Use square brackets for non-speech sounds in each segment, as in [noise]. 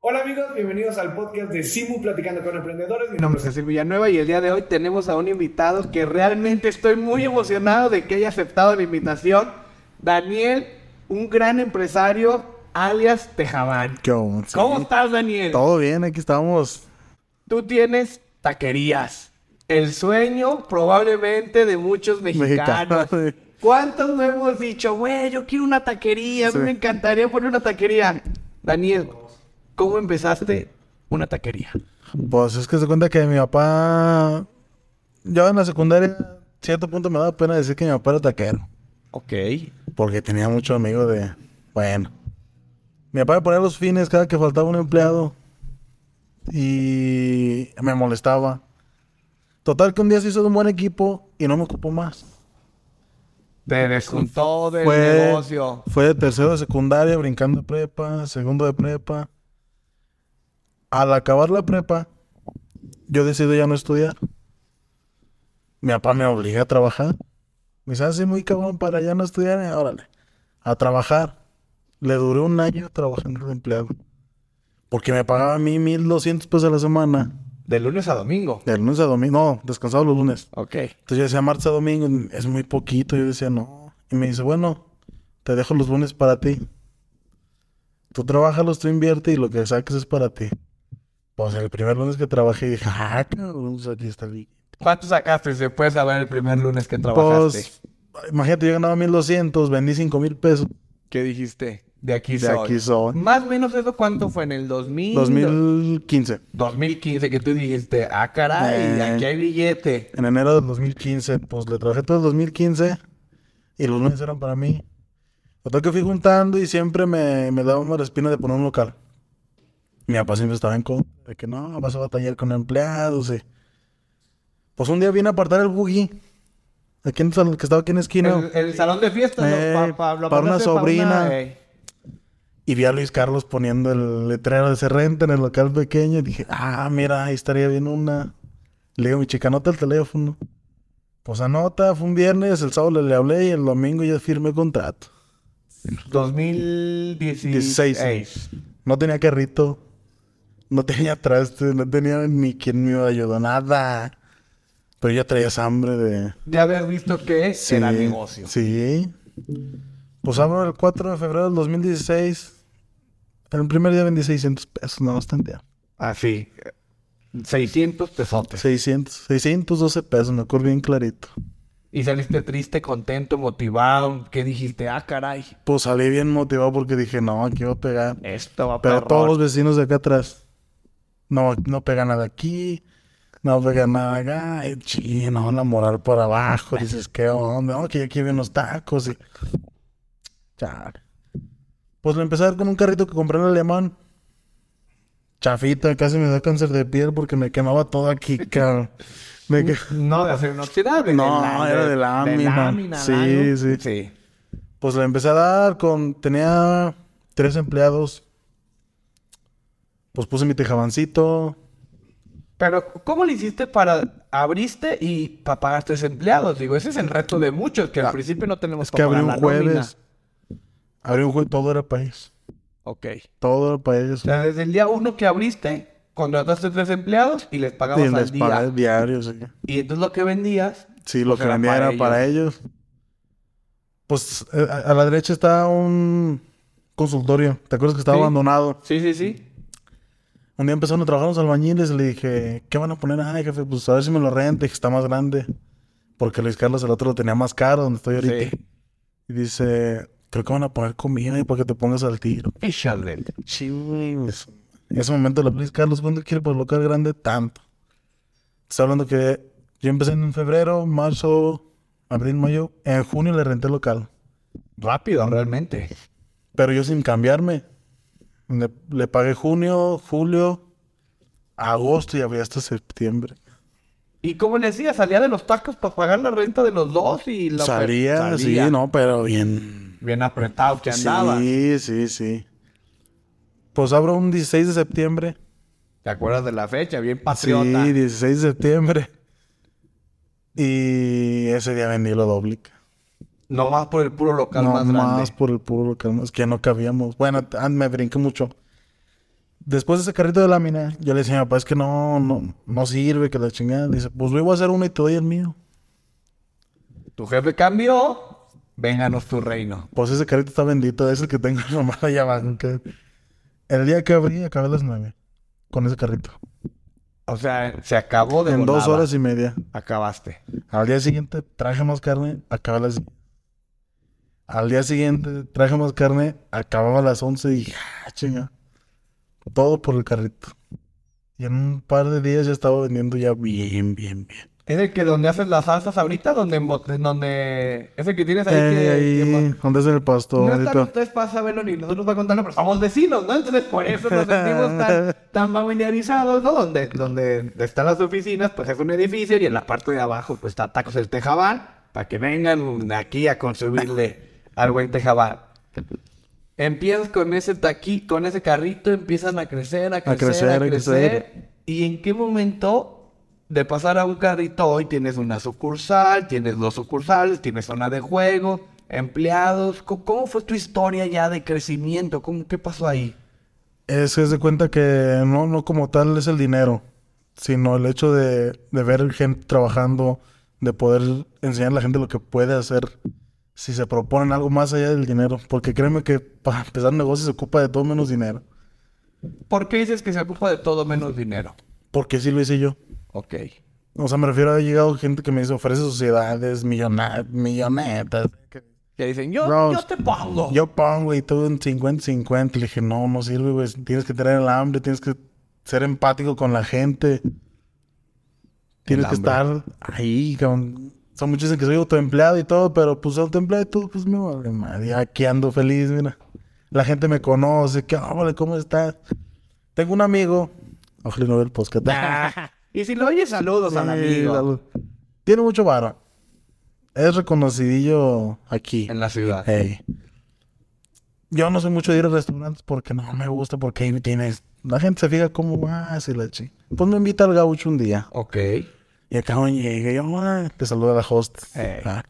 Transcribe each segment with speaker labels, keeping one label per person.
Speaker 1: Hola amigos, bienvenidos al podcast de Simu Platicando con Emprendedores. Mi
Speaker 2: Mi nombre es Cecil Villanueva y el día de hoy tenemos a un invitado que realmente estoy muy emocionado de que haya aceptado la invitación. Daniel, un gran empresario, alias Tejabán.
Speaker 3: ¿Qué onda? Sí.
Speaker 2: ¿Cómo estás, Daniel?
Speaker 3: Todo bien, aquí estamos.
Speaker 2: Tú tienes taquerías. El sueño probablemente de muchos mexicanos.
Speaker 3: Mexicanos, sí.
Speaker 2: ¿Cuántos no hemos dicho, güey, yo quiero una taquería, a mí
Speaker 3: Sí.
Speaker 2: me encantaría poner una taquería? Daniel, ¿cómo empezaste una taquería?
Speaker 3: Pues es que se cuenta que mi papá. Yo en la secundaria, a cierto punto me daba pena decir que mi papá era taquero.
Speaker 2: Ok.
Speaker 3: Porque tenía muchos amigos de. Bueno. Mi papá me ponía los fines cada que faltaba un empleado. Y me molestaba. Total que un día se hizo de un buen equipo y no me ocupó más.
Speaker 2: Te descontó del
Speaker 3: fue,
Speaker 2: negocio.
Speaker 3: Fue de tercero de secundaria, brincando de prepa, segundo de prepa. Al acabar la prepa, yo decido ya no estudiar. Mi papá me obliga a trabajar. Me dice, así muy cabrón para ya no estudiar, eh, órale. A trabajar. Le duré un año trabajando de empleado. Porque me pagaba a mí 1200 pesos a la semana.
Speaker 2: De lunes a domingo.
Speaker 3: De lunes a domingo. No, descansaba los lunes.
Speaker 2: Ok.
Speaker 3: Entonces yo decía, martes a domingo, es muy poquito. Yo decía, no. Y me dice, bueno, te dejo los lunes para ti. Tú trabajalos, tú invierte y lo que saques es para ti. Pues el primer lunes que trabajé dije, ah, cabrón, pues aquí está bien.
Speaker 2: ¿Cuánto sacaste después de haber el primer lunes que trabajaste?
Speaker 3: Pues, imagínate, yo ganaba 1200, vendí 5000 pesos.
Speaker 2: ¿Qué dijiste? De aquí
Speaker 3: De
Speaker 2: soy.
Speaker 3: aquí soy.
Speaker 2: Más o menos eso, ¿cuánto fue? ¿En el 2000?
Speaker 3: 2015.
Speaker 2: 2015 que tú dijiste, ah, caray,
Speaker 3: Eh.
Speaker 2: aquí hay billete.
Speaker 3: En enero del 2015, pues le trabajé todo el 2015 y los lunes eran para mí. Total que fui juntando y siempre me, me daba una espina de poner un local. Mi papá siempre estaba en contra de que no, vas a batallar con empleados. y- Pues un día vine a apartar el buggy. Aquí en el salón- que estaba aquí en la esquina.
Speaker 2: El, el salón de fiestas, ¿no?
Speaker 3: Eh,
Speaker 2: Pa- pa- lo
Speaker 3: para una
Speaker 2: apartaste
Speaker 3: sobrina.
Speaker 2: eh,
Speaker 3: Y vi a Luis Carlos poniendo el letrero de se renta en el local pequeño. Y dije, ah, mira, ahí estaría bien una. Le digo, mi chica, anota el teléfono. Pues anota, fue un viernes, el sábado le, le hablé y el domingo ya firmé contrato.
Speaker 2: 2016.
Speaker 3: 16. No tenía carrito, no tenía traste, no tenía ni quien me iba a ayudar, nada. Pero ya traías hambre de...
Speaker 2: De haber visto que
Speaker 3: Sí,
Speaker 2: era negocio.
Speaker 3: Sí. Pues abro el 4 de febrero del 2016. En el primer día vendí 600 pesos, no bastante.
Speaker 2: Así. 600 pesotes.
Speaker 3: 600, 612 pesos, me acuerdo bien clarito.
Speaker 2: Y saliste triste, contento, motivado. ¿Qué dijiste? Ah, caray.
Speaker 3: Pues salí bien motivado porque dije, no, aquí va a pegar.
Speaker 2: Esto va a
Speaker 3: Pero todos los vecinos de acá atrás, no, no pega nada aquí, no pega nada acá. Y chino, la moral por abajo. Dices, ¿qué onda? No, que yo aquí vi unos tacos y... Chale. Pues lo empecé a dar con un carrito que compré en alemán. Chafita, casi me da cáncer de piel porque me quemaba todo aquí, cabrón. Me que-
Speaker 2: No, de acero inoxidable. de
Speaker 3: No,
Speaker 2: la-
Speaker 3: era de lámina.
Speaker 2: lámina,
Speaker 3: Sí,
Speaker 2: ¿no?
Speaker 3: sí.
Speaker 2: Sí.
Speaker 3: Pues le empecé a dar con... Tenía tres empleados. Pues puse mi tejabancito.
Speaker 2: Pero, ¿cómo le hiciste para... Abriste y pa- pagaste a tus empleados? Digo, ese es el reto de muchos, que al principio no tenemos
Speaker 3: Ah, Es que
Speaker 2: para
Speaker 3: abrí un
Speaker 2: pagar la nómina.
Speaker 3: jueves. Abrí un jueves, todo era para ellos.
Speaker 2: Ok. O
Speaker 3: Todo era para ellos.
Speaker 2: sea, desde el día uno que abriste, contrataste tres empleados y les pagabas
Speaker 3: Y
Speaker 2: al
Speaker 3: les
Speaker 2: día.
Speaker 3: pagué diario, sí.
Speaker 2: Y entonces lo que vendías...
Speaker 3: Sí, lo
Speaker 2: Pues
Speaker 3: que
Speaker 2: era
Speaker 3: vendía
Speaker 2: para
Speaker 3: era para ellos. Pues eh, a, a la derecha está un consultorio. ¿Te acuerdas que estaba
Speaker 2: Sí.
Speaker 3: abandonado?
Speaker 2: Sí, sí, sí.
Speaker 3: Un día empezaron a trabajar los albañiles y le dije, ¿qué van a poner? Ay, jefe, pues a ver si me lo renta, que está más grande. Porque Luis Carlos el otro lo tenía más caro donde estoy ahorita.
Speaker 2: Sí.
Speaker 3: Y dice, creo que van a poner comida y para que te pongas al tiro.
Speaker 2: Échale. Mm.
Speaker 3: Es- En ese momento la Luis Carlos, ¿cuándo quiere por local grande? Tanto. Está hablando que yo empecé en febrero, marzo, abril, mayo. En junio le renté el local.
Speaker 2: Rápido, realmente.
Speaker 3: Pero yo sin cambiarme. Le, le pagué junio, julio, agosto y abrí hasta septiembre.
Speaker 2: ¿Y cómo le decía? Salía de los tacos para pagar la renta de los dos y la
Speaker 3: salía, sí, no, pero bien.
Speaker 2: Bien apretado que andaba.
Speaker 3: Sí, sí, sí. Pues abro un 16 de septiembre.
Speaker 2: ¿Te acuerdas de la fecha? Bien patriota.
Speaker 3: Sí, 16 de septiembre. Y ese día vendí lo doble.
Speaker 2: No más por el puro local
Speaker 3: No
Speaker 2: más
Speaker 3: más,
Speaker 2: grande.
Speaker 3: por el puro local, es que no cabíamos. Bueno, t- ah, me brinqué mucho. Después de ese carrito de lámina, yo le decía a mi papá, es que no, no, no sirve, que la chingada. Dice, pues voy a hacer uno y te doy el mío.
Speaker 2: Tu jefe cambió, vénganos tu reino.
Speaker 3: Pues ese carrito está bendito, es el que tengo [laughs] nomás allá abajo. que- El día que abrí, acabé a las nueve. Con ese carrito.
Speaker 2: O sea, se acabó de
Speaker 3: En dos
Speaker 2: volada.
Speaker 3: horas y media.
Speaker 2: Acabaste.
Speaker 3: Al día siguiente traje más carne, acababa las... Al día siguiente traje más carne, acababa a las 11 y ah, chinga. Todo por el carrito. Y en un par de días ya estaba vendiendo ya bien, bien, bien.
Speaker 2: Es el que donde haces las salsas ahorita, donde, embo- en donde... Es el que tienes
Speaker 3: Eh,
Speaker 2: ahí que... que
Speaker 3: Ey,
Speaker 2: ma-
Speaker 3: ¿dónde es el pasto?
Speaker 2: No
Speaker 3: ahorita?
Speaker 2: están ustedes para saberlo ni nosotros para contarlo, pero somos vecinos, ¿no? Entonces por eso nos sentimos tan, tan familiarizados, ¿no? Donde, donde están las oficinas, pues es un edificio y en la parte de abajo pues está Tacos el Tejabán, para que vengan aquí a consumirle algo en Tejabán. Empiezas con ese taquito, con ese carrito, empiezan a crecer, a crecer, a crecer.
Speaker 3: crecer, a crecer.
Speaker 2: ¿Y en qué momento de pasar a un carrito hoy tienes una sucursal, tienes dos sucursales, tienes zona de juego, empleados? Co- ¿Cómo fue tu historia ya de crecimiento? ¿Cómo, ¿Qué pasó ahí?
Speaker 3: Es que se cuenta que no, no como tal es el dinero, sino el hecho de, de ver gente trabajando, de poder enseñar a la gente lo que puede hacer si se proponen algo más allá del dinero. Porque créeme que para [laughs] empezar un negocio se ocupa de todo menos dinero.
Speaker 2: ¿Por qué dices que se ocupa de todo menos dinero?
Speaker 3: Porque sí lo hice yo.
Speaker 2: Ok.
Speaker 3: O sea, me refiero a ha llegado gente que me dice ofrece sociedades millona- millonetas. que
Speaker 2: Que dicen, yo,
Speaker 3: Bro,
Speaker 2: yo te pongo.
Speaker 3: Oh. Yo pongo y todo en 50-50. Le dije, no, no sirve, güey. Tienes que tener el hambre, tienes que ser empático con la gente. Tienes que
Speaker 2: hambre.
Speaker 3: estar ahí, cabrón. Son muchos dicen que soy autoempleado y todo, pero pues autoempleado y todo, pues me vale madre. Aquí ando feliz, mira. La gente me conoce, que, "Órale, ¿cómo estás? Tengo un amigo, ojalá y no vea
Speaker 2: [laughs]
Speaker 3: el podcast.
Speaker 2: y si lo oyes, saludos Pues, al
Speaker 3: [laughs] Sí,
Speaker 2: amigo.
Speaker 3: salud. Tiene mucho vara. Es reconocidillo aquí.
Speaker 2: En la ciudad.
Speaker 3: Ey. Yo no soy mucho de ir a restaurantes porque no me gusta, porque ahí tienes. La gente se fija cómo vas y la chi. Pues me invita al gaucho un día.
Speaker 2: Ok.
Speaker 3: Y acá cabrón llega y "Hola", "Ah", te saluda la host.
Speaker 2: Ey.
Speaker 3: Ah,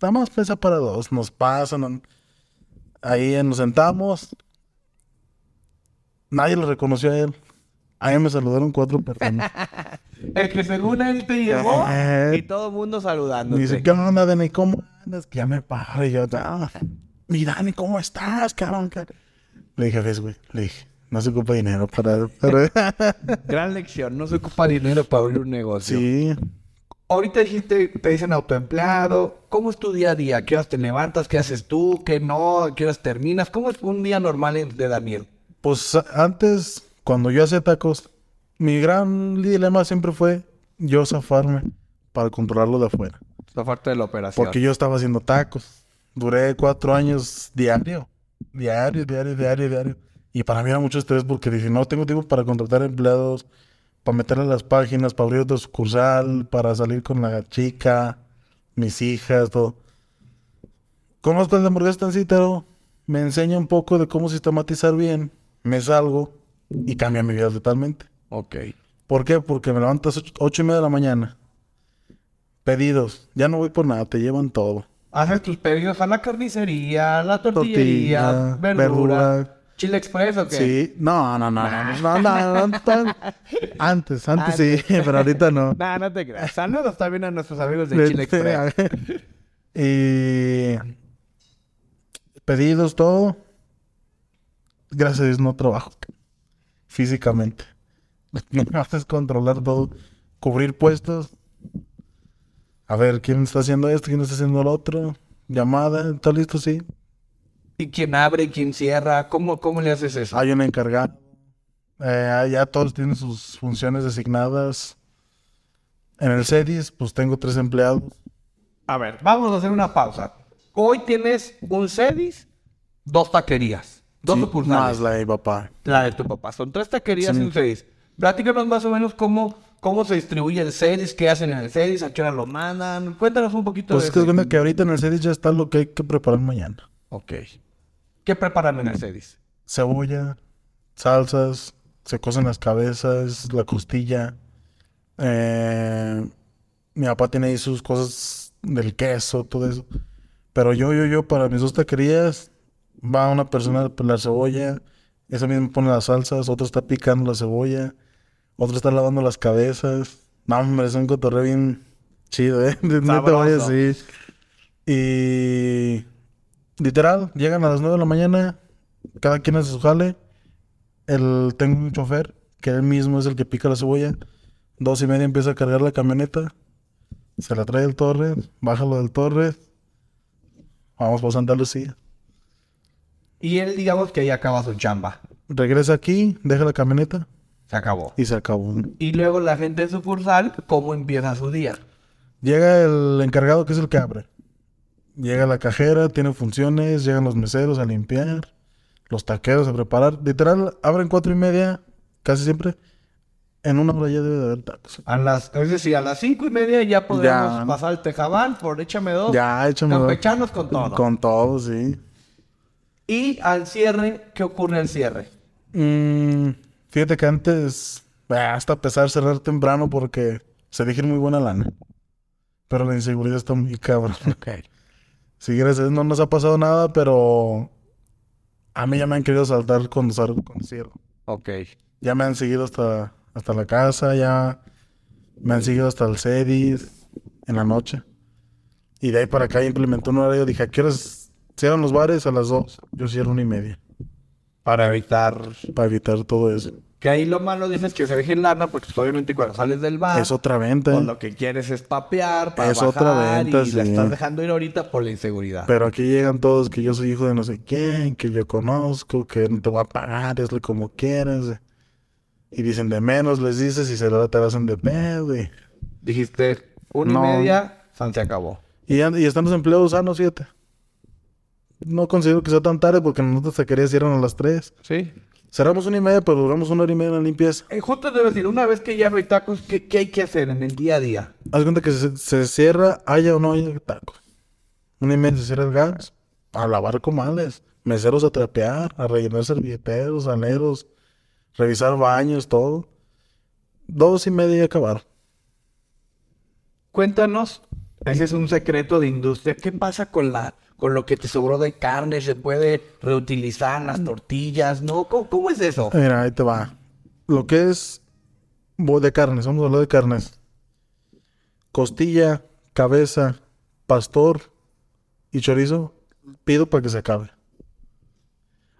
Speaker 3: Nada más pesa para dos. Nos pasan. an- Ahí nos sentamos. Nadie lo reconoció a él. A mí me saludaron cuatro
Speaker 2: [laughs]
Speaker 3: personas.
Speaker 2: El que según él te llevó
Speaker 3: Eh.
Speaker 2: Oh, y todo el mundo
Speaker 3: Me
Speaker 2: saludándote.
Speaker 3: dice, ¿qué onda, Dani? ¿Cómo andas? Que ya me paro. Y yo, "Ah, mi Dani, ¿cómo estás, cabrón? Le dije, ves, güey. Le dije, no se ocupa dinero para... para- [laughs]
Speaker 2: Gran lección. No se ocupa dinero para abrir un negocio.
Speaker 3: sí.
Speaker 2: Ahorita dijiste, te dicen autoempleado. ¿Cómo es tu día a día? ¿Qué horas te levantas? ¿Qué haces tú? ¿Qué no? ¿Qué horas terminas? ¿Cómo es un día normal en- de Daniel?
Speaker 3: Pues a- antes, cuando yo hacía tacos, mi gran dilema siempre fue yo zafarme para controlarlo de afuera.
Speaker 2: La falta de la operación.
Speaker 3: Porque yo estaba haciendo tacos. Duré cuatro años diario. Diario, diario, diario, diario. Y para mí era mucho estrés porque dije, no tengo tiempo para contratar empleados, para meterle a las páginas, para abrir otro sucursal, para salir con la chica, mis hijas, todo. Conozco el de hamburguesa Tancítaro, me enseña un poco de cómo sistematizar bien, me salgo y cambia mi vida totalmente.
Speaker 2: Ok.
Speaker 3: ¿Por qué? Porque me levantas ocho, ocho y media de la mañana. Pedidos. Ya no voy por nada, te llevan todo.
Speaker 2: Haces tus pedidos a la carnicería, a la tortillería,
Speaker 3: Tortilla,
Speaker 2: verdura,
Speaker 3: verdura.
Speaker 2: chile express o qué?
Speaker 3: Sí. No, no, no, no, no, no,
Speaker 2: [laughs]
Speaker 3: no, no, tan- Antes, antes sí, pero ahorita no.
Speaker 2: Nah, no te creas. Saludos también a nuestros amigos de Chile Express.
Speaker 3: [laughs] Este, y pedidos, todo. Gracias a Dios no trabajo físicamente. [laughs] Me haces controlar todo, cubrir puestos. A ver, ¿quién está haciendo esto? ¿Quién está haciendo lo otro? Llamada, ¿está listo? Sí.
Speaker 2: ¿Y quién abre, quién cierra? ¿Cómo, cómo le haces eso?
Speaker 3: Hay un encargado. Eh, ya todos tienen sus funciones designadas. En el CEDIS, pues tengo tres empleados.
Speaker 2: A ver, vamos a hacer una pausa. Hoy tienes un sedis, dos taquerías, dos
Speaker 3: Sí,
Speaker 2: sucursales.
Speaker 3: Más la de mi papá.
Speaker 2: La de tu papá. Son tres taquerías y
Speaker 3: Sí.
Speaker 2: un seis. Platícanos más o menos cómo, cómo se distribuye el seis, qué hacen en el seis, a qué hora lo mandan. Cuéntanos un poquito
Speaker 3: Pues
Speaker 2: de
Speaker 3: es que es
Speaker 2: eso.
Speaker 3: cuenta que ahorita en el CEDIS ya está lo que hay que preparar mañana.
Speaker 2: Ok. ¿Qué preparan en el seis?
Speaker 3: Cebolla, salsas, se cocen las cabezas, la costilla. Eh, mi papá tiene ahí sus cosas del queso, todo eso. Pero yo, yo, yo, para mis dos taquerías, va una persona a pelar cebolla, Ese mismo pone las salsas, otro está picando la cebolla, otro está lavando las cabezas. No, hombre, es un cotorreo bien chido, ¿eh? [laughs] No te voy a
Speaker 2: Sabroso.
Speaker 3: decir. Y literal, llegan a las 9 de la mañana, cada quien hace su jale. El, tengo un chofer, que él mismo es el que pica la cebolla. Dos y media empieza a cargar la camioneta. Se la trae el Torres, bájalo del Torres. Vamos para Santa Lucía.
Speaker 2: Y él, digamos que ahí acaba su chamba.
Speaker 3: Regresa aquí, deja la camioneta
Speaker 2: Se acabó.
Speaker 3: y se acabó.
Speaker 2: Y luego la gente en sucursal, ¿cómo empieza su día?
Speaker 3: Llega el encargado que es el que abre. Llega la cajera, tiene funciones, llegan los meseros a limpiar, los taqueros a preparar. Literal, abren cuatro y media, casi siempre. En una hora ya debe de haber tacos.
Speaker 2: A las, es decir, a las cinco y media ya podemos
Speaker 3: Ya.
Speaker 2: pasar el tejabán por échame dos.
Speaker 3: Ya, échame dos.
Speaker 2: Campechanos con todo.
Speaker 3: Con todo, sí.
Speaker 2: Y al cierre, ¿qué ocurre al cierre?
Speaker 3: Mm, fíjate que antes, ah, hasta pesar cerrar temprano porque se elige muy buena lana. Pero la inseguridad está muy cabrón. Si quieres, eh, no nos ha pasado nada, pero a mí ya me han querido saltar cuando salgo con cierro.
Speaker 2: Ok.
Speaker 3: Ya me han seguido hasta, hasta la casa, ya me han seguido hasta el CEDIS en la noche. Y de ahí para acá implementó un horario. Dije, ¿a qué horas cierran los bares? A las dos. Yo cierro una y media
Speaker 2: Para evitar...
Speaker 3: para evitar todo eso.
Speaker 2: Que ahí lo malo dices que se deje en lana porque pues, obviamente cuando sales del bar...
Speaker 3: Es otra venta.
Speaker 2: pues, lo que quieres es papear para
Speaker 3: Es otra
Speaker 2: bajar
Speaker 3: venta,
Speaker 2: y la
Speaker 3: sí.
Speaker 2: estás dejando ir ahorita por la inseguridad.
Speaker 3: Pero aquí llegan todos que yo soy hijo de no sé quién, que yo conozco, que no te voy a pagar, hazle como quieras. Y dicen de menos, les dices, y se la te la hacen de pedo. Y,
Speaker 2: Dijiste una
Speaker 3: No.
Speaker 2: y media, San se acabó.
Speaker 3: y, an- y están los empleados sanos, fíjate. No considero que sea tan tarde porque nosotros te querías cierran a las 3.
Speaker 2: Sí.
Speaker 3: Cerramos una y media, pero duramos una hora y media en la limpieza.
Speaker 2: Eh, justo te iba a decir, una vez que ya no hay tacos, ¿qué, qué hay que hacer en el día a día?
Speaker 3: Haz cuenta que se, se cierra, haya o no haya tacos. Una y media se cierra el gas, a lavar comales, meseros a trapear, a rellenar servilleteros, aneros, revisar baños, todo. Dos y media y acabar.
Speaker 2: Cuéntanos, ese es un secreto de industria. ¿Qué pasa con la con lo que te sobró de carne? ¿Se puede reutilizar las tortillas? ¿No? ¿Cómo, cómo es eso?
Speaker 3: Mira, ahí te va. Lo que es bo- de carnes, vamos a hablar de carnes. Costilla, cabeza, pastor y chorizo, pido para que se acabe.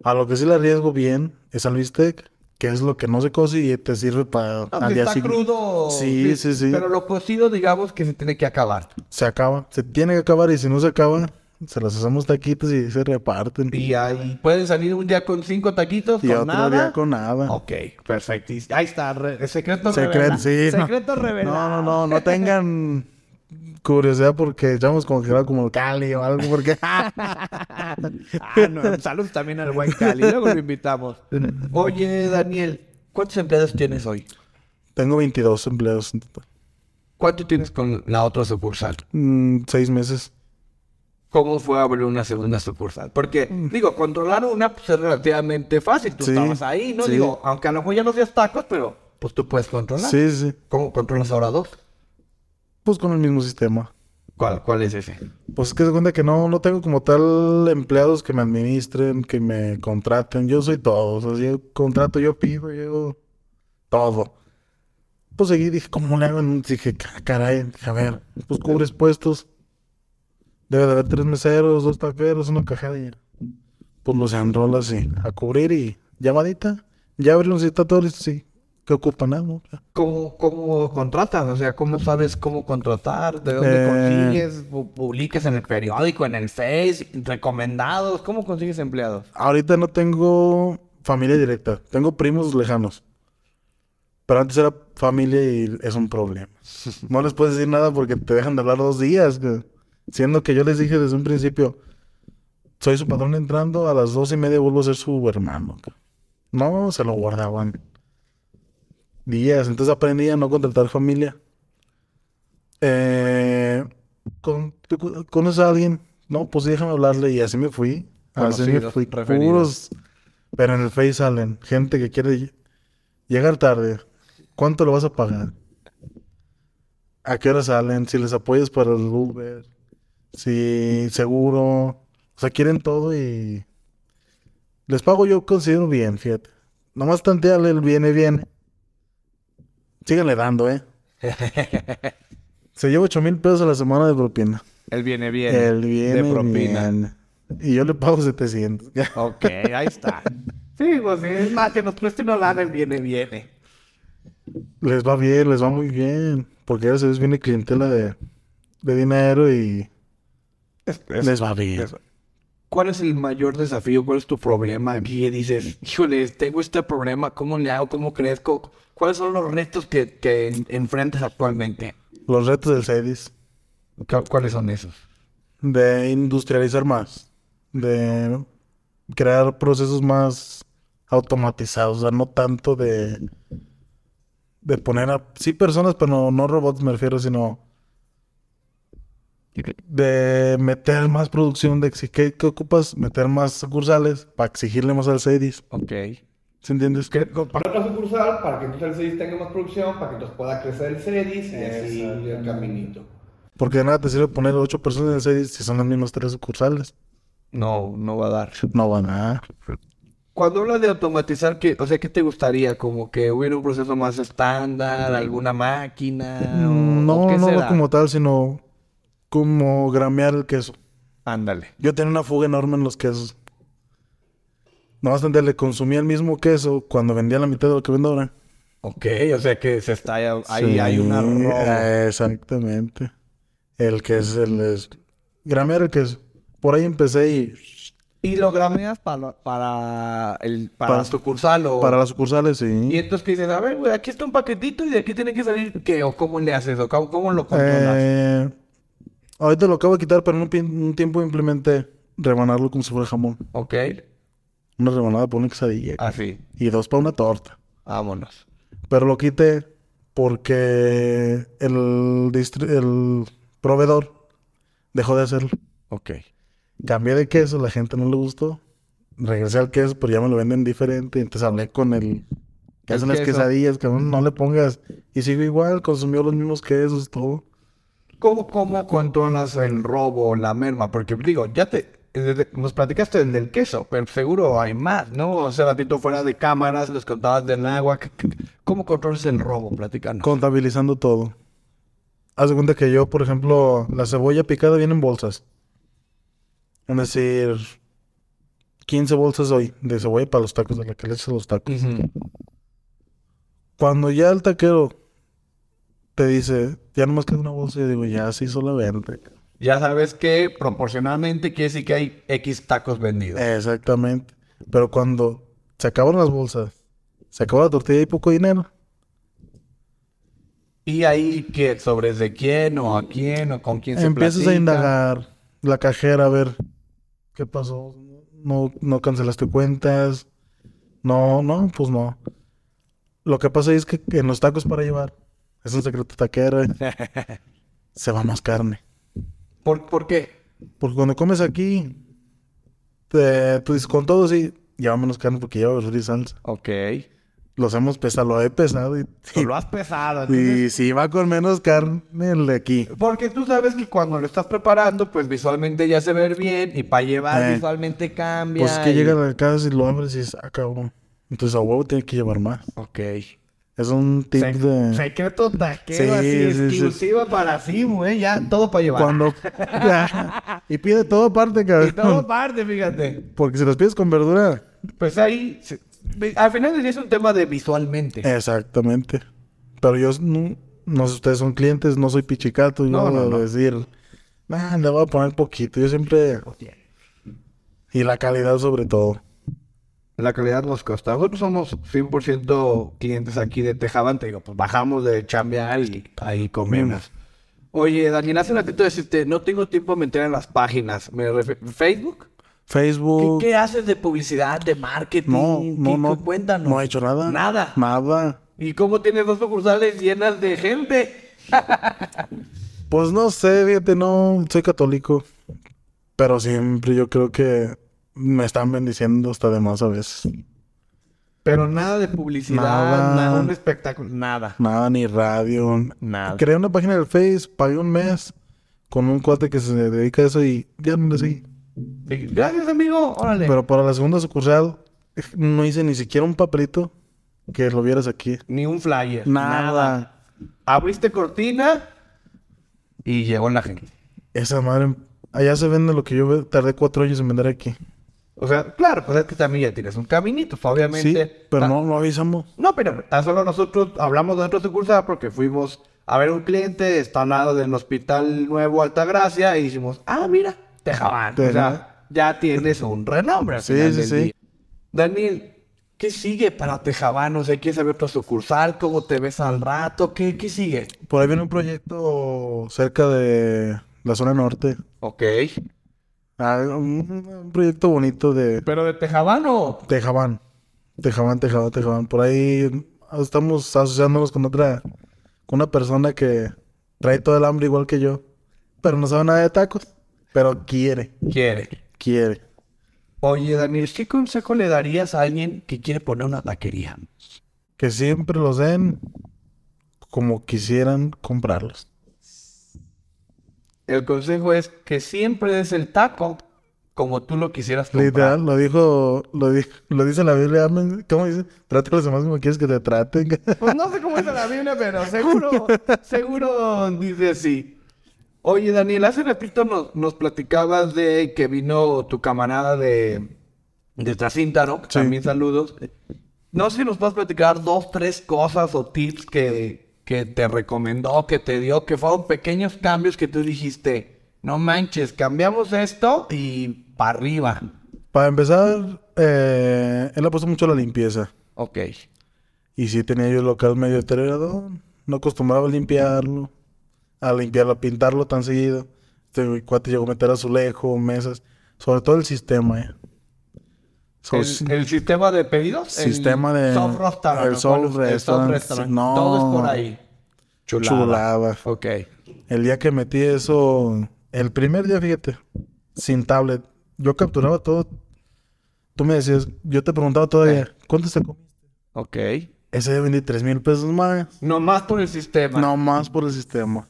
Speaker 3: A lo que sí le arriesgo bien es al bistec, que es lo que no se cose y te sirve para al
Speaker 2: Aunque
Speaker 3: día
Speaker 2: Ah, está
Speaker 3: siguiente.
Speaker 2: crudo.
Speaker 3: Ah, Sí, sí, sí.
Speaker 2: Pero lo cocido, digamos que se tiene que acabar.
Speaker 3: Se acaba, se tiene que acabar y si no se acaba, se las hacemos taquitos y se reparten.
Speaker 2: Y ahí pueden salir un día con cinco taquitos,
Speaker 3: Y
Speaker 2: con
Speaker 3: otro
Speaker 2: nada.
Speaker 3: día con nada.
Speaker 2: Ok, perfecto. Y Ahí está, re- el secreto
Speaker 3: Secre-
Speaker 2: revelado.
Speaker 3: sí, no.
Speaker 2: secreto revelado.
Speaker 3: No, no, no, no tengan curiosidad porque echamos congelado como el Cali o algo, porque
Speaker 2: Ah, no, saludos también al buen Cali. Luego lo invitamos. Oye, Daniel, ¿cuántos empleados tienes hoy?
Speaker 3: tengo 22 empleados en total.
Speaker 2: ¿Cuánto tienes con la otra sucursal?
Speaker 3: Mm, seis meses.
Speaker 2: ¿Cómo fue abrir una segunda sucursal? Porque, digo, controlar una pues, es relativamente fácil. Tú
Speaker 3: Mm. Sí,
Speaker 2: estabas ahí, ¿no?
Speaker 3: sí.
Speaker 2: Digo, aunque a lo mejor ya no seas tacos, pero pues tú puedes controlar.
Speaker 3: Sí, sí.
Speaker 2: ¿Cómo controlas ahora dos?
Speaker 3: Pues con el mismo sistema.
Speaker 2: ¿Cuál, cuál es ese?
Speaker 3: Pues es que se cuenta que no, no tengo como tal empleados que me administren, que me contraten. Yo soy todo. O sea, yo contrato, yo pido, yo todo. Pues seguí, dije, ¿cómo le hago? En- Dije, "Ca- caray, dije, a ver, pues cubres puestos. Debe de haber tres meseros, dos taqueros, una cajera y ya. Pues los enrola así, a cubrir y llamadita. Ya abrieron, si está todo listo, sí. ¿Qué ocupan? Ah, no, ya.
Speaker 2: ¿Cómo, ¿Cómo contratas? O sea, ¿cómo sabes cómo contratar? ¿De dónde
Speaker 3: Eh.
Speaker 2: consigues? Pu- ¿Publicas en el periódico, en el Face? ¿Recomendados? ¿Cómo consigues empleados?
Speaker 3: Ahorita no tengo familia directa, tengo primos lejanos. Pero antes era familia y es un problema. No les puedes decir nada porque te dejan de hablar dos días. güey. Siendo que yo les dije desde un principio, soy su patrón entrando, a las dos y media vuelvo a ser su hermano. güey. No, se lo guardaban. Días, entonces aprendí a no contratar familia. Eh, ¿con- ¿tú cu- ¿Conoces a alguien? No, pues déjame hablarle y así me fui. Así me
Speaker 2: Conocidos,
Speaker 3: fui.
Speaker 2: referidos.
Speaker 3: Puros- Pero en el Face salen gente que quiere ll- llegar tarde. ¿Cuánto lo vas a pagar? ¿A qué hora salen? Si les apoyas para el Uber, si seguro. O sea, quieren todo y Les pago yo considero bien, fíjate. Nomás tantearle el viene, viene. Síganle dando,
Speaker 2: [laughs]
Speaker 3: ¿eh? Se lleva ocho mil pesos a la semana de propina.
Speaker 2: Él viene bien.
Speaker 3: El viene,
Speaker 2: de propina.
Speaker 3: bien. Y yo le pago 700.
Speaker 2: Ok,
Speaker 1: [laughs]
Speaker 2: ahí está. Sí, pues es más, que nos presten no lana, el viene, viene.
Speaker 3: Les va bien, les va muy bien. Porque a veces viene clientela de, de dinero y les va bien.
Speaker 2: es- ¿Cuál es el mayor desafío? ¿Cuál es tu problema? Aquí dices, híjole, tengo este problema, ¿cómo le hago? ¿Cómo crezco? ¿Cuáles son los retos que, que en- enfrentas actualmente?
Speaker 3: Los retos del CEDIS.
Speaker 2: ¿Cu- ¿Cuáles son esos?
Speaker 3: De industrializar más. De crear procesos más automatizados. O sea, no tanto de, de poner a... Sí, personas, pero no, no robots me refiero, sino... De meter más producción, de exigir que ocupas, meter más sucursales para exigirle más al CEDIS.
Speaker 2: Ok.
Speaker 3: ¿Se entiendes?
Speaker 1: Para otra sucursal, para que entonces el CEDIS tenga más producción, para que entonces pueda crecer el CEDIS y así el caminito.
Speaker 3: Porque de nada te sirve poner ocho personas en el CEDIS si son las mismas tres sucursales.
Speaker 2: No, no va a dar.
Speaker 3: No van a...
Speaker 2: Cuando hablas de automatizar, ¿qué, o sea, ¿qué te gustaría? ¿Como que hubiera un proceso más estándar, alguna máquina? o- o
Speaker 3: Mm, No,
Speaker 2: qué
Speaker 3: no
Speaker 2: será?
Speaker 3: como tal, sino como gramear el queso.
Speaker 2: Ándale.
Speaker 3: Yo tenía una fuga enorme en los quesos. No vas a entenderle, consumía el mismo queso cuando vendía la mitad de lo que vendo ahora.
Speaker 2: Ok, o sea que se está ahí, ahí hay una
Speaker 3: Sí,
Speaker 2: roba.
Speaker 3: eh, Exactamente. El queso, el es... Gramear el queso. Por ahí empecé y
Speaker 2: ¿Y lo grameas para, para el para,
Speaker 3: Para-
Speaker 2: sucursal o...?
Speaker 3: para las sucursales,
Speaker 2: Y
Speaker 3: sí.
Speaker 2: entonces que dices, a ver, güey, aquí está un paquetito y de aquí tiene que salir qué o cómo le haces o cómo, cómo lo controlas.
Speaker 3: Eh, ahorita lo acabo de quitar, pero en un, pin- un tiempo implementé rebanarlo como si fuera jamón.
Speaker 2: Ok,
Speaker 3: Una rebanada para una quesadilla
Speaker 2: así,
Speaker 3: y dos para una torta.
Speaker 2: vámonos.
Speaker 3: Pero lo quité porque el, distri- el proveedor dejó de hacerlo.
Speaker 2: Ok.
Speaker 3: Cambié de queso, la gente no le gustó. Regresé al queso, pero ya me lo venden diferente. Entonces hablé con el que
Speaker 2: El
Speaker 3: hacen las
Speaker 2: queso.
Speaker 3: quesadillas, que no le pongas. Y sigo igual, consumió los mismos quesos, todo.
Speaker 2: ¿Cómo, cómo controlas el robo, la merma? Porque digo, ya te desde- nos platicaste del, del queso, pero seguro hay más, ¿no? Hace ratito fuera de cámaras, les contabas del agua. ¿Qué- qué- ¿Cómo controlas el robo? Platicanos.
Speaker 3: Contabilizando todo. Haz de cuenta que yo, por ejemplo, la cebolla picada viene en bolsas. Es decir, 15 bolsas hoy de cebolla para los tacos, de la que le echas a los tacos.
Speaker 2: Ujú.
Speaker 3: Cuando ya el taquero te dice, ya nomás queda una bolsa, yo digo, ya se hizo la venta.
Speaker 2: Ya sabes que proporcionalmente quiere decir que hay X tacos
Speaker 3: Eh.
Speaker 2: vendidos.
Speaker 3: Exactamente. Pero cuando se acabaron las bolsas, se acabó la tortilla y poco dinero.
Speaker 2: Y ahí, ¿qué? ¿Sobre de quién o a quién o con quién se
Speaker 3: Empiezas a
Speaker 2: platica?
Speaker 3: indagar la cajera a ver qué pasó. No, no cancelaste cuentas. No, no, pues no. Lo que pasa es que en los tacos para llevar, es un
Speaker 2: [laughs]
Speaker 3: secreto taquero, ¿eh? se va más carne.
Speaker 2: ¿Por, por qué?
Speaker 3: Porque cuando comes aquí, te, tú dices con todo, sí, lleva menos carne porque lleva verdura y salsa.
Speaker 2: Ok.
Speaker 3: Los hemos pesado, lo he pesado y,
Speaker 2: Lo has pesado.
Speaker 3: y,
Speaker 2: entonces-
Speaker 3: sí va con menos carne el de aquí.
Speaker 2: Porque tú sabes que cuando lo estás preparando, pues visualmente ya se ve bien y para llevar
Speaker 3: Eh,
Speaker 2: visualmente cambia.
Speaker 3: Pues es que
Speaker 2: y-
Speaker 3: llegan a la casa y lo abres y dices, ah, cabrón. Entonces a huevo tiene que llevar más.
Speaker 2: Ok.
Speaker 3: Es un tip
Speaker 2: Se-
Speaker 3: de...
Speaker 2: Secreto taquero
Speaker 3: Sí,
Speaker 2: así,
Speaker 3: sí, sí.
Speaker 2: exclusiva para sí, güey. Ya, todo para llevar. [laughs]
Speaker 3: Cuando... [laughs] y pide todo aparte,
Speaker 2: Y todo
Speaker 3: cabrón.
Speaker 2: parte, fíjate.
Speaker 3: Porque si los pides con verdura...
Speaker 2: Pues ahí, se- ve- al final del día es un tema de visualmente.
Speaker 3: Eh. Exactamente. Pero yo no, no sé, ustedes son clientes, no soy pichicato. Yo
Speaker 2: No,
Speaker 3: no,
Speaker 2: no,
Speaker 3: voy a
Speaker 2: no.
Speaker 3: decir, "Ah, le voy a poner poquito. Yo siempre... Y la calidad sobre todo.
Speaker 2: La calidad nos costa. Nosotros somos 100% clientes aquí de Tejaban. Te digo, pues bajamos de chambear y ahí comemos. Oye, Daniel, hace un ratito deciste, no tengo tiempo a meter en las páginas. ¿Me refi- ¿Facebook? ¿Qué,
Speaker 3: Facebook...
Speaker 2: qué haces de publicidad, de marketing?
Speaker 3: Oh. No,
Speaker 2: ¿Qué-
Speaker 3: no, no.
Speaker 2: qué- Cuéntanos.
Speaker 3: No he hecho nada.
Speaker 2: Nada.
Speaker 3: Nada.
Speaker 2: ¿Y cómo tienes dos sucursales llenas de gente?
Speaker 3: Pues no sé, fíjate, no soy católico, pero siempre yo creo que me están bendiciendo hasta de más a veces.
Speaker 2: Pero nada de publicidad, nada,
Speaker 3: Nada.
Speaker 2: un espectáculo, nada.
Speaker 3: Nada, ni radio.
Speaker 2: Nada.
Speaker 3: Creé una página del Face, pagué un mes con un cuate que se dedica a eso y ya no le seguí.
Speaker 2: Y, Gracias, amigo. Órale.
Speaker 3: Pero para la segunda sucursal no hice ni siquiera un papelito que lo vieras aquí.
Speaker 2: Ni un flyer.
Speaker 3: Nada.
Speaker 2: Abriste cortina y llegó la gente.
Speaker 3: Esa madre. Allá se vende lo que yo ve- tardé cuatro años en vender aquí.
Speaker 2: O sea, claro, pues es que también ya tienes un caminito, pues,
Speaker 3: Sí,
Speaker 2: obviamente.
Speaker 3: pero
Speaker 2: Ta-
Speaker 3: no, no avisamos.
Speaker 2: No, pero tan solo nosotros hablamos de otra sucursal porque fuimos a ver un cliente, está al lado del Hospital Nuevo Altagracia y dijimos, ah, mira, Tejabán. O
Speaker 3: Tejabán.
Speaker 2: sea, ya tienes un renombre. al
Speaker 3: Sí,
Speaker 2: final
Speaker 3: sí,
Speaker 2: del
Speaker 3: sí.
Speaker 2: día. Daniel, ¿qué sigue para Tejabán? O sea, ¿quieres saber otra sucursal? ¿Cómo te ves al rato? ¿Qué, qué sigue?
Speaker 3: Por ahí viene un proyecto cerca de la zona norte.
Speaker 2: Ok.
Speaker 3: Ah, un, un proyecto bonito de
Speaker 2: ¿Pero de Tejabán o...?
Speaker 3: Tejabán. Tejabán, Tejabán, Tejabán. Por ahí estamos asociándonos con otra, con una persona que trae todo el hambre igual que yo, pero no sabe nada de tacos, pero quiere,
Speaker 2: Quiere.
Speaker 3: quiere.
Speaker 2: Oye, Daniel, ¿qué consejo le darías a alguien que quiere poner una taquería?
Speaker 3: Que siempre los den como quisieran comprarlos.
Speaker 2: El consejo es que siempre des el taco como tú lo quisieras comprar.
Speaker 3: Literal, lo dijo, lo dijo, lo dice la Biblia, amen. ¿cómo dice? Trata a los demás como quieres que te traten. [laughs]
Speaker 2: Pues no sé cómo es la Biblia, pero seguro, seguro dice así. Oye, Daniel, hace ratito nos, nos platicabas de que vino tu camarada de, de Tracíntaro,
Speaker 3: Sí.
Speaker 2: también saludos. No sé si nos puedes platicar dos, tres cosas o tips que, que te recomendó, que te dio, que fueron pequeños cambios que tú dijiste, no manches, cambiamos esto y para arriba.
Speaker 3: Para empezar, eh, él apuesta mucho a la limpieza.
Speaker 2: Ok.
Speaker 3: Y sí tenía yo el local medio deteriorado. No acostumbraba a limpiarlo, a limpiarlo, a pintarlo tan seguido. Este güey cuate llegó a meter azulejo, mesas, sobre todo el sistema, eh. So-
Speaker 2: El, el sistema de pedidos. el
Speaker 3: Sistema de-
Speaker 2: soft restaurant, ¿no? ¿Cuál
Speaker 3: el soft
Speaker 2: es? El soft
Speaker 3: restaurant.
Speaker 2: restaurant.
Speaker 3: No.
Speaker 2: Todo es por ahí.
Speaker 3: chulada.
Speaker 2: Ok.
Speaker 3: El día que metí eso, el primer día, fíjate, sin tablet, yo capturaba todo. Tú me decías, yo te preguntaba todavía, ¿cuántos te comiste?
Speaker 2: Ok.
Speaker 3: Ese día vendí 3 mil pesos más.
Speaker 2: Nomás por el sistema.
Speaker 3: No más por el sistema.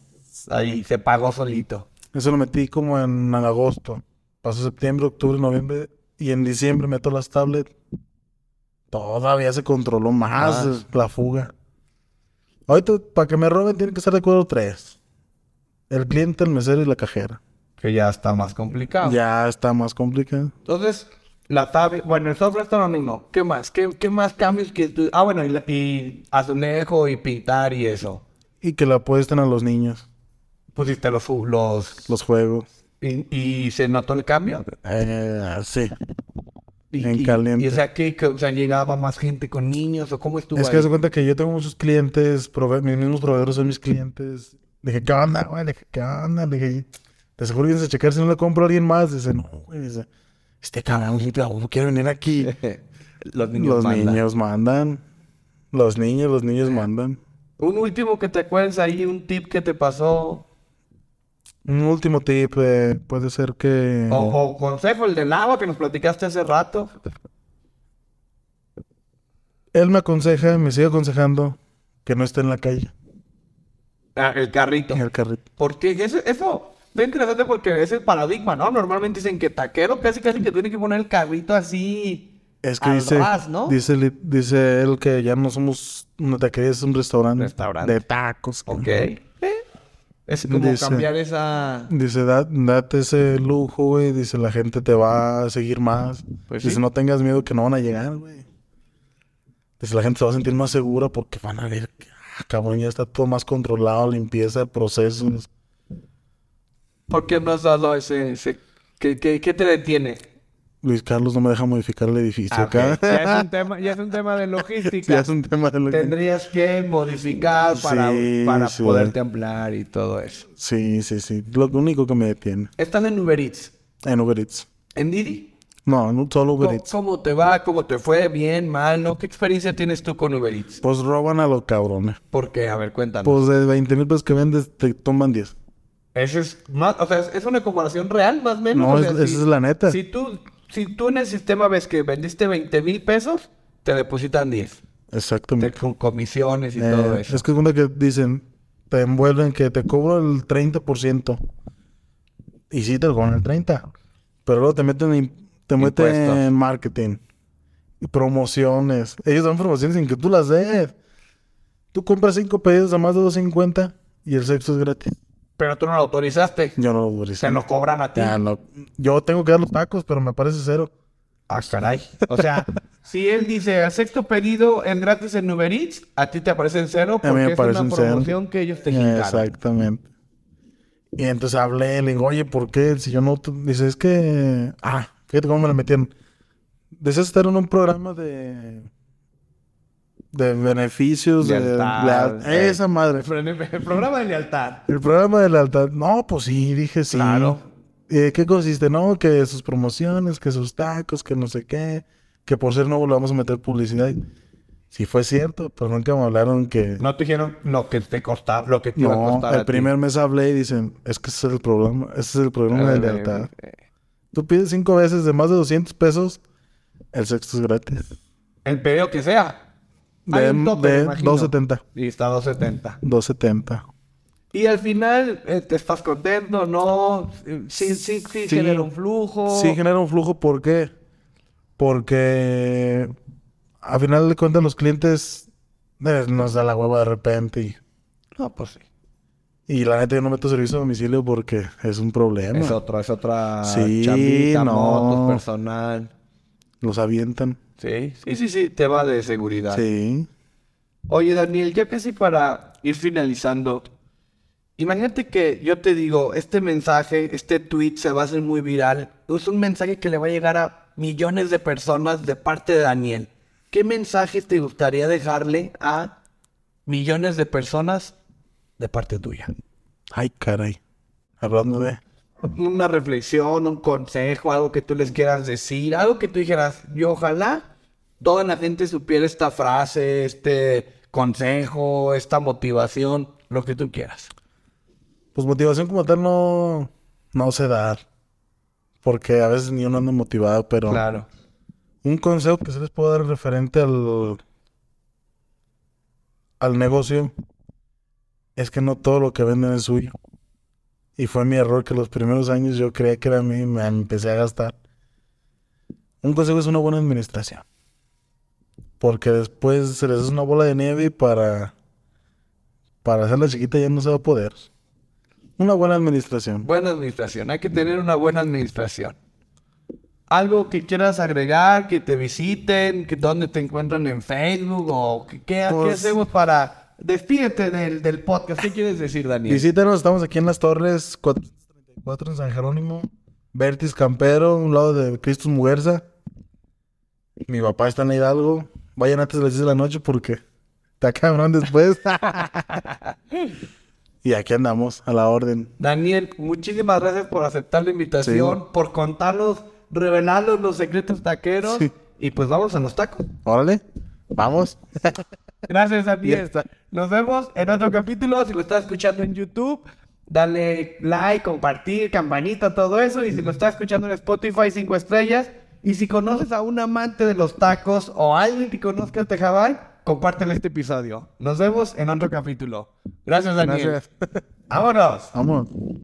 Speaker 2: Ahí se pagó solito.
Speaker 3: Eso lo metí como en agosto. Pasó septiembre, octubre, noviembre y en diciembre meto las tablets. Todavía se controló más
Speaker 2: Más.
Speaker 3: la fuga. Ahorita, para que me roben, tiene que estar de acuerdo tres. El cliente, el mesero y la cajera.
Speaker 2: Que ya está más complicado.
Speaker 3: Ya está más complicado.
Speaker 2: Entonces, la tabla. Bueno, el soft restaurant no. ¿Qué más? ¿Qué, qué más cambios que tú- Ah, bueno, y, la- y azulejo y pintar y eso.
Speaker 3: Y que le apuesten a los niños
Speaker 2: Pusiste los. los
Speaker 3: los juegos.
Speaker 2: y, y se notó el cambio.
Speaker 3: Eh, sí.
Speaker 2: Y,
Speaker 3: En
Speaker 2: y-
Speaker 3: caliente.
Speaker 2: Y, o sea, que, que, o sea, llegaba más gente con niños o cómo estuvo
Speaker 3: Es que
Speaker 2: ahí?
Speaker 3: se cuenta que yo tengo muchos clientes, prove- mis mismos proveedores son mis clientes. Le dije, ¿qué onda, güey? Le dije, ¿qué onda? Le dije, te aseguro vienes a checar si no le compro a alguien más. Dice, no, güey. Dice, este cabrón, ¿cómo quiere venir aquí?
Speaker 2: Los [laughs] niños. Eh.
Speaker 3: los
Speaker 2: mandan.
Speaker 3: niños mandan. Los niños, los niños mandan.
Speaker 2: Un último que te acuerdes ahí, un tip que te pasó.
Speaker 3: Un último tip, eh, puede ser que...
Speaker 2: O, o consejo, el del agua que nos platicaste hace rato.
Speaker 3: Él me aconseja, me sigue aconsejando que no esté en la calle,
Speaker 2: Ah, el carrito.
Speaker 3: en el carrito.
Speaker 2: Porque eso, eso está interesante porque es el paradigma, ¿no? Normalmente dicen que taquero casi casi que tiene que poner el carrito así.
Speaker 3: Es que
Speaker 2: al
Speaker 3: dice,
Speaker 2: ras, Ah, ¿no?
Speaker 3: dice, li- dice él que ya no somos una taquería, es un restaurante,
Speaker 2: Restaurante.
Speaker 3: de tacos.
Speaker 2: Ok. Eh, Es como
Speaker 3: Dice-
Speaker 2: cambiar esa.
Speaker 3: Dice, "Da- date ese lujo, güey. Dice, la gente te va a seguir más.
Speaker 2: Pues
Speaker 3: Dice,
Speaker 2: sí.
Speaker 3: no tengas miedo que no van a llegar, güey. Dice, la gente se va a sentir más segura porque van a ver que, ah, cabrón, ya está todo más controlado, limpieza, procesos.
Speaker 2: ¿Por qué no has dado ese. ese... ¿Qué, qué, qué te detiene?
Speaker 3: Luis Carlos no me deja modificar el edificio
Speaker 2: Ah, ok.
Speaker 3: acá.
Speaker 2: Ya, es un tema, ya es un tema de logística.
Speaker 3: [laughs] Ya es un tema de lo que-
Speaker 2: Tendrías que modificar para,
Speaker 3: Sí,
Speaker 2: para
Speaker 3: sí.
Speaker 2: poder templar y todo eso.
Speaker 3: Sí, sí, sí. Lo único que me detiene.
Speaker 2: Estás en Uber Eats,
Speaker 3: En Uber Eats.
Speaker 2: en Didi.
Speaker 3: No, no solo Uber
Speaker 2: ¿Cómo,
Speaker 3: Eats.
Speaker 2: cómo te va? ¿Cómo te fue? ¿Bien? ¿Mal? ¿No? ¿Qué experiencia tienes tú con Uber Eats?
Speaker 3: Pues roban a los cabrones.
Speaker 2: ¿Por qué? A ver, cuéntanos.
Speaker 3: Pues de 20 mil pesos que vendes, te toman 10.
Speaker 2: Eso es más, o sea, es- es una comparación real, más o menos.
Speaker 3: No,
Speaker 2: o sea,
Speaker 3: es- esa es la neta.
Speaker 2: Si tú, si tú en el sistema ves que vendiste 20 mil pesos, te depositan 10.
Speaker 3: Exactamente.
Speaker 2: Te- con comisiones y
Speaker 3: Eh,
Speaker 2: todo eso.
Speaker 3: Es que es una que dicen, te envuelven que te cobro el 30%. Y sí, te cobran el 30%. Pero luego te meten en, te
Speaker 4: Impuestos.
Speaker 3: meten en marketing. Y promociones. Ellos dan promociones sin que tú las des. Tú compras cinco pedidos a más de 2.50 y el sexto es gratis.
Speaker 2: Pero tú no lo autorizaste.
Speaker 3: Yo no lo autorizo.
Speaker 2: Se lo cobran a ti.
Speaker 3: Ya, no. Yo tengo que dar los tacos, pero me parece cero.
Speaker 2: Ah, caray. O sea, si él dice al sexto pedido en gratis en Uber Eats, a ti te aparece en cero
Speaker 3: A mí me
Speaker 2: porque es
Speaker 3: parece
Speaker 2: una
Speaker 3: en cero.
Speaker 2: promoción que ellos te quitaron.
Speaker 3: Exactamente. Y entonces hablé, le digo, oye, ¿por qué? Si yo no... te-" Dice, es que... Ah, fíjate cómo me la metieron. Deseas estar en un programa de... De beneficios, de...
Speaker 4: Lealtad,
Speaker 3: leal-
Speaker 4: eh.
Speaker 3: Esa madre.
Speaker 2: Pero en el, el programa de lealtad.
Speaker 3: El programa de lealtad. No, pues sí, dije sí.
Speaker 2: Claro.
Speaker 3: Eh, ¿Qué consiste? No, que sus promociones, que sus tacos, que no sé qué. Que por ser nuevo le vamos a meter publicidad. Sí fue cierto, pero nunca me hablaron que...
Speaker 2: No te dijeron lo que te costaba, lo que te iba a
Speaker 3: No,
Speaker 2: costar.
Speaker 3: el
Speaker 4: a ti.
Speaker 3: primer mes hablé y dicen, es que ese es el problema, ese es el problema de lealtad. Tú pides cinco veces de más de 200 pesos, el sexto es gratis.
Speaker 2: El pedido que sea. Hay
Speaker 3: De,
Speaker 2: un tope,
Speaker 3: de
Speaker 2: me imagino.
Speaker 3: 270.
Speaker 2: Y está 270.
Speaker 3: 270.
Speaker 2: Y al final, eh, ¿te estás contento? ¿No? Sí, sí, sí,
Speaker 3: Sí.
Speaker 2: genera un flujo.
Speaker 3: Sí genera un flujo, ¿por qué? Porque a final de cuentas los clientes eh, nos da la hueva de repente y,
Speaker 2: No, pues sí.
Speaker 3: y la neta yo no meto servicio a domicilio porque es un problema.
Speaker 4: Es otra, es otra
Speaker 3: Sí,
Speaker 4: chambita,
Speaker 3: no.
Speaker 4: motos, personal.
Speaker 3: Los avientan.
Speaker 2: Sí, sí, sí, sí, te va de seguridad.
Speaker 3: Sí.
Speaker 2: Oye, Daniel, ya casi para ir finalizando, imagínate que yo te digo, este mensaje, este tweet se va a hacer muy viral. Es un mensaje que le va a llegar a millones de personas de parte de Daniel. ¿Qué mensajes te gustaría dejarle a millones de personas de parte tuya?
Speaker 3: Ay, caray. Hablando de...
Speaker 2: Una reflexión, un consejo, algo que tú les quieras decir, algo que tú dijeras, yo ojalá toda la gente supiera esta frase, este consejo, esta motivación, lo que tú quieras.
Speaker 3: Pues motivación como tal no, no sé dar. Porque a veces ni uno anda motivado, pero
Speaker 2: Claro.
Speaker 3: un consejo que se les puedo dar referente al, al negocio es que no todo lo que venden es suyo. Y fue mi error que los primeros años yo creía que era mío y me empecé a gastar. Un consejo es una buena administración. Porque después se les hace una bola de nieve y para, para hacerla chiquita ya no se va a poder. Una buena administración.
Speaker 2: Buena administración, hay que tener una buena administración. Algo que quieras agregar, que te visiten, que dónde te encuentran en Facebook o que- qué, qué
Speaker 3: Pues-
Speaker 2: hacemos para... Despídete del, del podcast. ¿Qué quieres decir, Daniel?
Speaker 3: Visítanos, estamos aquí en Las Torres 434 en San Jerónimo. Vertis Campero, un lado de Cristus Muguerza. Mi papá está en Hidalgo. Vayan antes de las 10 de la noche porque te acabaron después. y aquí andamos, a la orden.
Speaker 2: Daniel, muchísimas gracias por aceptar la invitación,
Speaker 3: Sí.
Speaker 2: por contarnos, revelarnos los secretos taqueros
Speaker 3: Sí.
Speaker 2: y pues vamos a los tacos.
Speaker 3: Órale, vamos.
Speaker 2: Gracias,
Speaker 3: Ya
Speaker 2: Daniel.
Speaker 3: está.
Speaker 2: Nos vemos en otro capítulo. Si lo estás escuchando en YouTube, dale like, compartir, campanita, todo eso. Y si lo estás escuchando en Spotify, cinco estrellas. Y si conoces a un amante de los tacos o a alguien que conozca el Tejabán, compártelo este episodio. Nos vemos en otro capítulo. Gracias, Daniel.
Speaker 3: Gracias.
Speaker 2: Vámonos.
Speaker 3: Vamos.